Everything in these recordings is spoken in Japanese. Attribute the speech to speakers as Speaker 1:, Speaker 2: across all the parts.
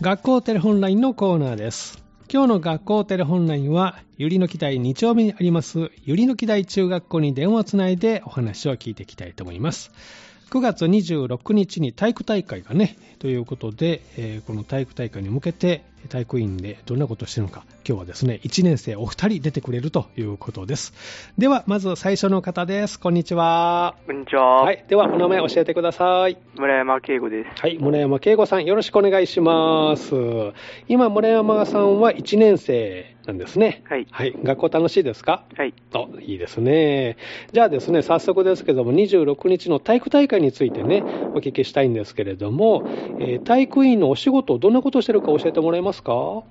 Speaker 1: 学校テレホンラインのコーナーです今日の学校テレホンラインはゆりの木台2丁目にありますゆりの木台中学校に電話をつないでお話を聞いていきたいと思います9月26日に体育大会がねということで、えーこの体育大会に向けて体育委員でどんなことをしてるのか今日はですね1年生お二人出てくれるということですではまず最初の方ですこんにちは
Speaker 2: こんにちは。
Speaker 1: はいではお名前教えてください
Speaker 2: 村山慶吾です。
Speaker 1: はい、村山慶吾さん、よろしくお願いします。今、村山さんは1年生なんですね。
Speaker 2: はい
Speaker 1: はい、学校楽しいですか
Speaker 2: はい。
Speaker 1: お、いいですね。じゃあですね、早速ですけども、26日の体育大会についてね、お聞きしたいんですけれども、えー体育委員のお仕事、どんなことをしてるか教えてもらえますか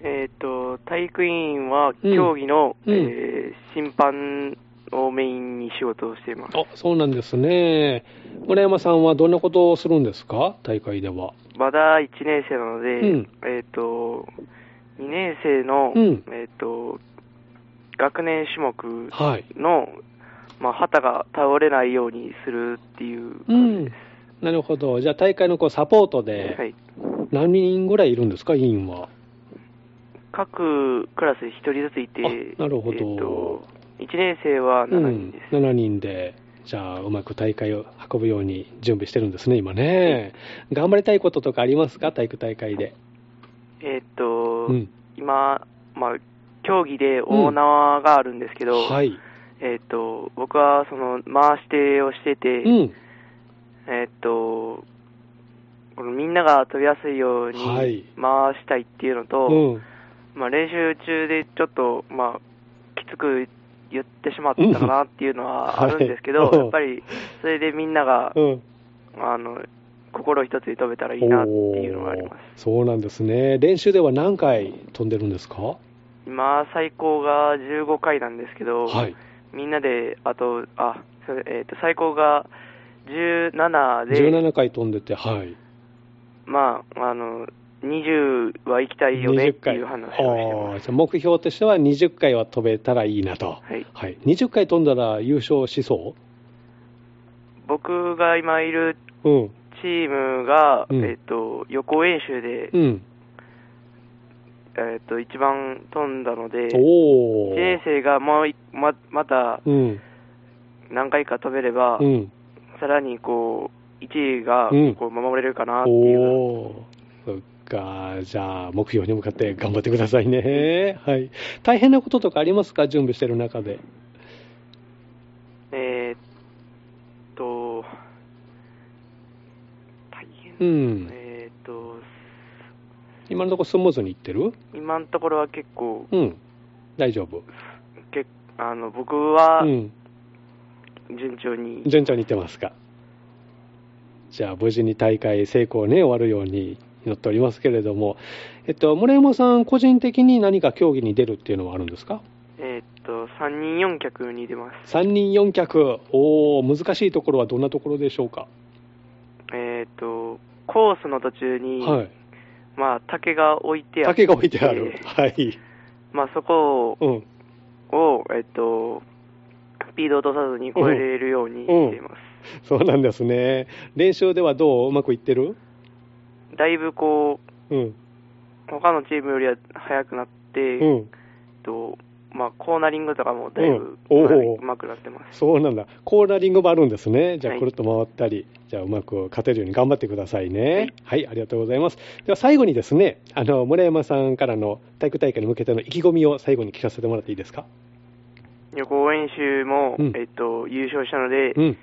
Speaker 2: えっ、と、体育委員は
Speaker 1: うん
Speaker 2: 競技の、
Speaker 1: うん
Speaker 2: えー審判をメインに仕事をしています。
Speaker 1: あ、そうなんですね。村山さんはどんなことをするんですか大会では。
Speaker 2: まだ1年生なので、
Speaker 1: うん
Speaker 2: えっ、と、2年生の、
Speaker 1: うん
Speaker 2: えっ、と、学年種目
Speaker 1: はい。
Speaker 2: の、まあ、旗が倒れないようにするっていう
Speaker 1: う
Speaker 2: 感じ
Speaker 1: ん
Speaker 2: です。。
Speaker 1: なるほど。じゃあ大会のこうサポートで、
Speaker 2: はい。
Speaker 1: 何人ぐらいいるんですか、委員は。
Speaker 2: 各クラス1人ずついて、
Speaker 1: あなるほど
Speaker 2: えーと1年生は
Speaker 1: う
Speaker 2: 7人
Speaker 1: ん
Speaker 2: です。、
Speaker 1: 7人で、じゃあ、うまく大会を運ぶように準備してるんですね、今ね。頑張りたいこととかありますか、体育大会で。
Speaker 2: えーっと、
Speaker 1: うん
Speaker 2: 今、まあ、競技で大縄があるんですけど、
Speaker 1: はい。
Speaker 2: えーっと、僕はその回し手をしてて、
Speaker 1: うん。
Speaker 2: えーっと、このみんなが飛びやすいように
Speaker 1: はい
Speaker 2: 回したいっていうのと、
Speaker 1: うん。
Speaker 2: まあ、練習中でちょっと、まあ、きつく言ってしまったかなっていうのはあるんですけど、
Speaker 1: はい
Speaker 2: やっぱりそれでみんなが、
Speaker 1: うん。
Speaker 2: あの心一つで飛べたらいいなっていうのがありま
Speaker 1: おー
Speaker 2: す。
Speaker 1: そうなんですね。練習では何回飛んでるんですか
Speaker 2: 今、最高が15回なんですけど、
Speaker 1: はい。
Speaker 2: みんなで、あと、あ、それえっ、と、最高が17で、
Speaker 1: 17回飛んでて、はい。
Speaker 2: まあ、あの、20は行きたいよね
Speaker 1: 20
Speaker 2: って
Speaker 1: 回。
Speaker 2: いう話をして
Speaker 1: あ
Speaker 2: ま
Speaker 1: ーじゃあ目標としては20回は飛べたらいいなと。
Speaker 2: す。はい。
Speaker 1: はい。20回飛んだら優勝しそ
Speaker 2: 僕が今いる
Speaker 1: ううん。
Speaker 2: チームが、
Speaker 1: うん
Speaker 2: えっ、と、予行演習で、
Speaker 1: うん。
Speaker 2: えっ、と、一番飛んだので、1
Speaker 1: おお。
Speaker 2: 年生がもういま、また
Speaker 1: うん。
Speaker 2: 何回か飛べれば、
Speaker 1: うん。
Speaker 2: さらにこう、1位が
Speaker 1: うん
Speaker 2: こう守れるかなっていうのは、
Speaker 1: おお。そっか。じゃあ、目標に向かって頑張ってくださいね。はい。大変なこととかありますか準備してる中で。
Speaker 2: えーっと、大変、
Speaker 1: うん
Speaker 2: えーっと、
Speaker 1: 今のところスムーズにいってる
Speaker 2: 今のところは結構、
Speaker 1: うん。大丈夫。
Speaker 2: けあの僕は
Speaker 1: うん。
Speaker 2: 順調に、
Speaker 1: 順調にいってますか。じゃあ、無事に大会成功ね、終わるように祈っておりますけれども、えっと、村山さん、個人的に何か競技に出るっていうのはあるんですか
Speaker 2: えーっと、3人4脚に出ます。
Speaker 1: 三人四脚、おお、難しいところはどんなところでしょうか。
Speaker 2: えーっと、コースの途中に、
Speaker 1: はい。
Speaker 2: まあ、竹が置いてあっ
Speaker 1: 竹
Speaker 2: て
Speaker 1: が置いてある。はい。
Speaker 2: まあ、そこを、
Speaker 1: うん。
Speaker 2: をえーっと、スピードを落とさずに越えれるようにしています。
Speaker 1: そうなんですね。練習ではどううまくいってる
Speaker 2: だいぶこ
Speaker 1: うん。
Speaker 2: う、他のチームよりは速くなって、
Speaker 1: うん。
Speaker 2: えっと、まあ、コーナリングとかもだいぶ
Speaker 1: うんおー
Speaker 2: うまくなってます。
Speaker 1: そうなんだ。コーナリングもあるんですね。じゃあ、
Speaker 2: はい
Speaker 1: くるっと回ったり、じゃあ、うまく勝てるように頑張ってくださいね。はい、ありがとうございます。では、最後にですね、あの、村山さんからの体育大会に向けての意気込みを最後に聞かせてもらっていいですか。
Speaker 2: 予行演習も、
Speaker 1: うん
Speaker 2: えっと、優勝したので、
Speaker 1: うん。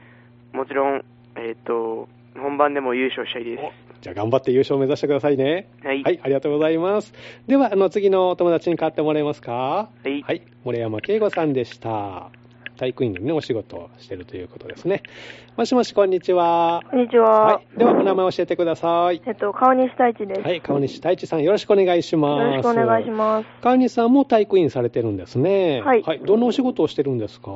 Speaker 2: もちろん、えっと、本番でも優勝したいです。
Speaker 1: じゃあ、頑張って優勝を目指してくださいね。
Speaker 2: はい
Speaker 1: はい、ありがとうございます。では、あの、次のお友達に代わってもらえますか。
Speaker 2: はい
Speaker 1: はい、森山慶吾さんでした。体育院のね、お仕事をしているということですね。もしもし、こんにちは。
Speaker 3: こんにちは。
Speaker 1: い、では、お名前を教えてください。
Speaker 3: えっと、川西太一です。
Speaker 1: はい、川西太一さん、よろしくお願いします。
Speaker 3: よろしくお願いします。
Speaker 1: す。川西さんも体育院されてるんですね。
Speaker 3: はい
Speaker 1: どんなお仕事をしてるんですか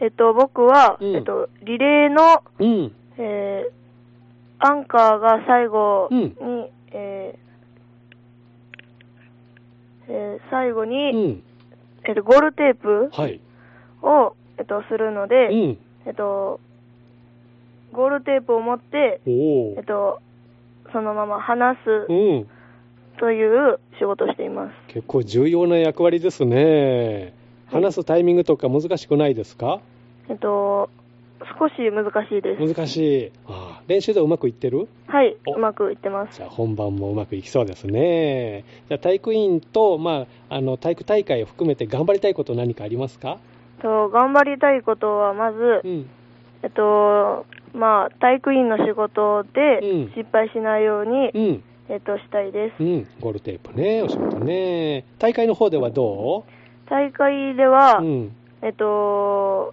Speaker 3: えっと、僕は、
Speaker 1: うん
Speaker 3: えっと、リレーの、
Speaker 1: うん。
Speaker 3: えー、アンカーが最後に、
Speaker 1: うん
Speaker 3: えーえー最後に、
Speaker 1: うん。
Speaker 3: えっと、ゴールテープ
Speaker 1: はい。
Speaker 3: を、えっと、するの
Speaker 1: う
Speaker 3: で、
Speaker 1: ん。
Speaker 3: えっと、ゴールテープを持って、
Speaker 1: おお
Speaker 3: えっ。と、そのまま離す
Speaker 1: うん。
Speaker 3: という仕事をしています。
Speaker 1: 結構重要な役割ですね。話すタイミングとか難しくないですか
Speaker 3: えっと、少し難しいです。
Speaker 1: 難しい。ああ練習でうまくいってる
Speaker 3: はい、
Speaker 1: お
Speaker 3: うまくいってます
Speaker 1: じ。ゃあ本番もうまくいきそうですね。じゃあ体育委員と、まあ、あの体育大会を含めて頑張りたいこと何かありますか
Speaker 3: と頑張りたいことはまず
Speaker 1: う、ん。
Speaker 3: えっと、まあ、体育員の仕事で
Speaker 1: うん
Speaker 3: 失敗しないように、
Speaker 1: うん。
Speaker 3: えっと、したいです
Speaker 1: う。ん。ゴールテープね、お仕事ね。大会の方ではど
Speaker 3: 大会では、
Speaker 1: ううん。
Speaker 3: えっと、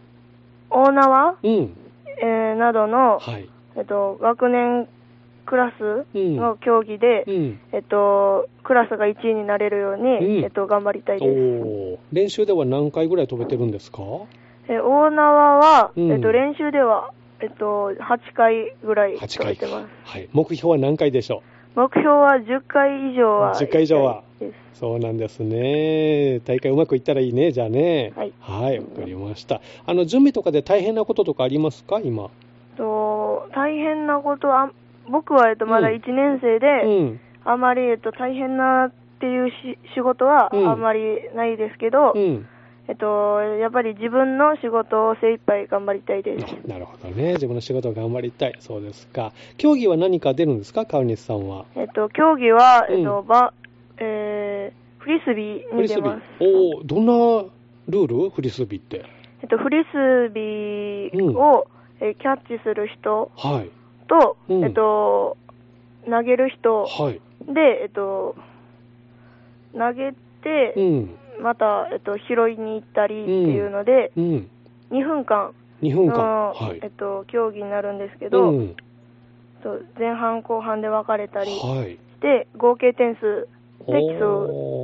Speaker 3: 大縄、
Speaker 1: うん。
Speaker 3: えーなどの、
Speaker 1: はい。
Speaker 3: えっと、学年クラス
Speaker 1: うん
Speaker 3: の競技で、
Speaker 1: うん。
Speaker 3: えっと、クラスが1位になれるように、
Speaker 1: うん
Speaker 3: えっと、頑張りたいです。
Speaker 1: おー練習では何回ぐらい飛べてるんですか
Speaker 3: え大縄は、
Speaker 1: うん
Speaker 3: えっと、練習では、えっと、8回ぐらい
Speaker 1: ?8
Speaker 3: 取れ
Speaker 1: 回
Speaker 3: てます。
Speaker 1: はい。目標は何回でしょう
Speaker 3: 目標は10回以上は。
Speaker 1: 10回以上は
Speaker 3: です。
Speaker 1: そうなんですね。大会うまくいったらいいね、じゃあね。
Speaker 3: はい
Speaker 1: はい、わかりました。あの、準備とかで大変なこととかありますか、今。
Speaker 3: と大変なことは、僕は、えっと、まだ
Speaker 1: うん
Speaker 3: 1年生で、
Speaker 1: うん。
Speaker 3: あまり、えっと、大変なっていうし仕事は
Speaker 1: うん
Speaker 3: あまりないですけど、
Speaker 1: うん。
Speaker 3: えっと、やっぱり自分の仕事を精一杯頑張りたいです。
Speaker 1: あなるほどね。自分の仕事を頑張りたい。そうですか。競技は何か出るんですか、川西さんは。
Speaker 3: えっと、競技は、えっと、
Speaker 1: う
Speaker 3: ば、えー、フリスビー
Speaker 1: フ
Speaker 3: に
Speaker 1: リ
Speaker 3: 出
Speaker 1: スビ
Speaker 3: ます
Speaker 1: ー。。おお、どんなルールフリスビーって。
Speaker 3: えっと、フリスビーを、えーキャッチする人
Speaker 1: はい。
Speaker 3: と、
Speaker 1: うん
Speaker 3: えっと、投げる人
Speaker 1: はい。
Speaker 3: で、えっと、投げて、
Speaker 1: うん。
Speaker 3: また、えっと、拾いに行ったりっていうので、
Speaker 1: うん。
Speaker 3: 2分間
Speaker 1: 2分
Speaker 3: の、
Speaker 1: 間。はい
Speaker 3: えっ。と、競技になるんですけど、
Speaker 1: うん。
Speaker 3: と前半後半で分かれたりし
Speaker 1: はい。
Speaker 3: て、合計点数で競う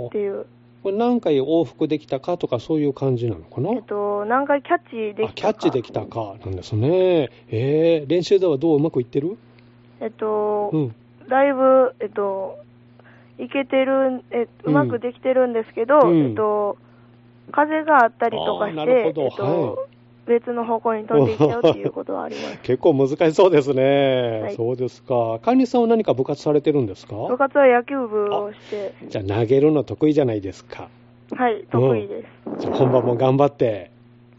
Speaker 1: お
Speaker 3: っていう、
Speaker 1: これ何回往復できたかとかそういう感じなのかな
Speaker 3: えっと、何回キャッチで
Speaker 1: あ
Speaker 3: き
Speaker 1: キャ
Speaker 3: たか
Speaker 1: ッチできたかなんですね、えー、練習ではどううまくいってる、
Speaker 3: えっと、
Speaker 1: うん、
Speaker 3: だいぶ、えっと、いけてるえ、
Speaker 1: う
Speaker 3: うんまくできてるんですけど、
Speaker 1: うん
Speaker 3: えっと、風があったりとかし
Speaker 1: あーな
Speaker 3: て、
Speaker 1: るほど
Speaker 3: えっと別の方向に飛んでいっちゃうっていうことはあります
Speaker 1: 。結構難しそうですね、
Speaker 3: はい
Speaker 1: そうですか、管理さんは何か部活されてるんですか
Speaker 3: 部活は野球部をして、
Speaker 1: じゃあ、投げるの得意じゃないですか、
Speaker 3: はい、得意です。
Speaker 1: じゃあ本番も頑張って、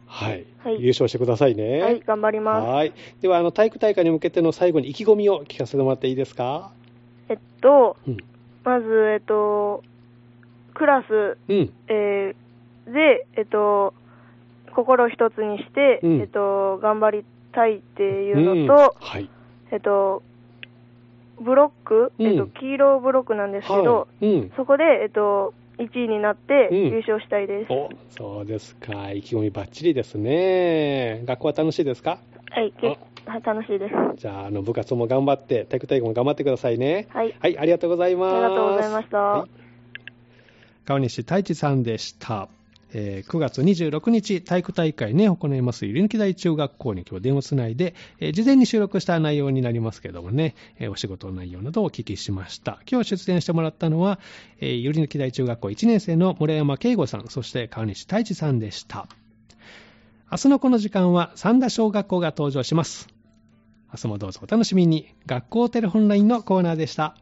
Speaker 1: はい、
Speaker 3: はい
Speaker 1: 優勝してくださいね。
Speaker 3: はい、頑張ります。
Speaker 1: はいではあの体育大会に向けての最後に意気込みを聞かせてもらっていいですか、
Speaker 3: えっと、
Speaker 1: うん
Speaker 3: まず、えっと、クラス、
Speaker 1: うん、
Speaker 3: えーで、えっと、心を一つにして、
Speaker 1: うん
Speaker 3: えっと、頑張りたいっていううんのと、
Speaker 1: はい、
Speaker 3: えっと、ブロック、
Speaker 1: うん
Speaker 3: えっと、黄色ブロックなんですけど、
Speaker 1: はいうん、
Speaker 3: そこで、えっと、1位になって
Speaker 1: うん
Speaker 3: 優勝したいです。
Speaker 1: おそうですか、意気込みばっちりですね、学校は楽しいですか
Speaker 3: はい、けはい楽しいです。
Speaker 1: じゃあ、あの部活も頑張って、体育大会も頑張ってくださいね。
Speaker 3: はい、
Speaker 1: はい、ありがとうござい
Speaker 3: あ
Speaker 1: ます。
Speaker 3: りがとうございました。
Speaker 1: はい川西太一さんでした。えー9月26日、体育大会ね、行います、ゆりぬき台中学校に今日電話つないで、えー事前に収録した内容になりますけどもね、えーお仕事の内容などをお聞きしました。今日出演してもらったのは、えーゆりぬき台中学校1年生の村山慶吾さん、そして川西太一さんでした。明日のこの時間は、三田小学校が登場します。明日もどうぞお楽しみに、学校テレホンラインのコーナーでした。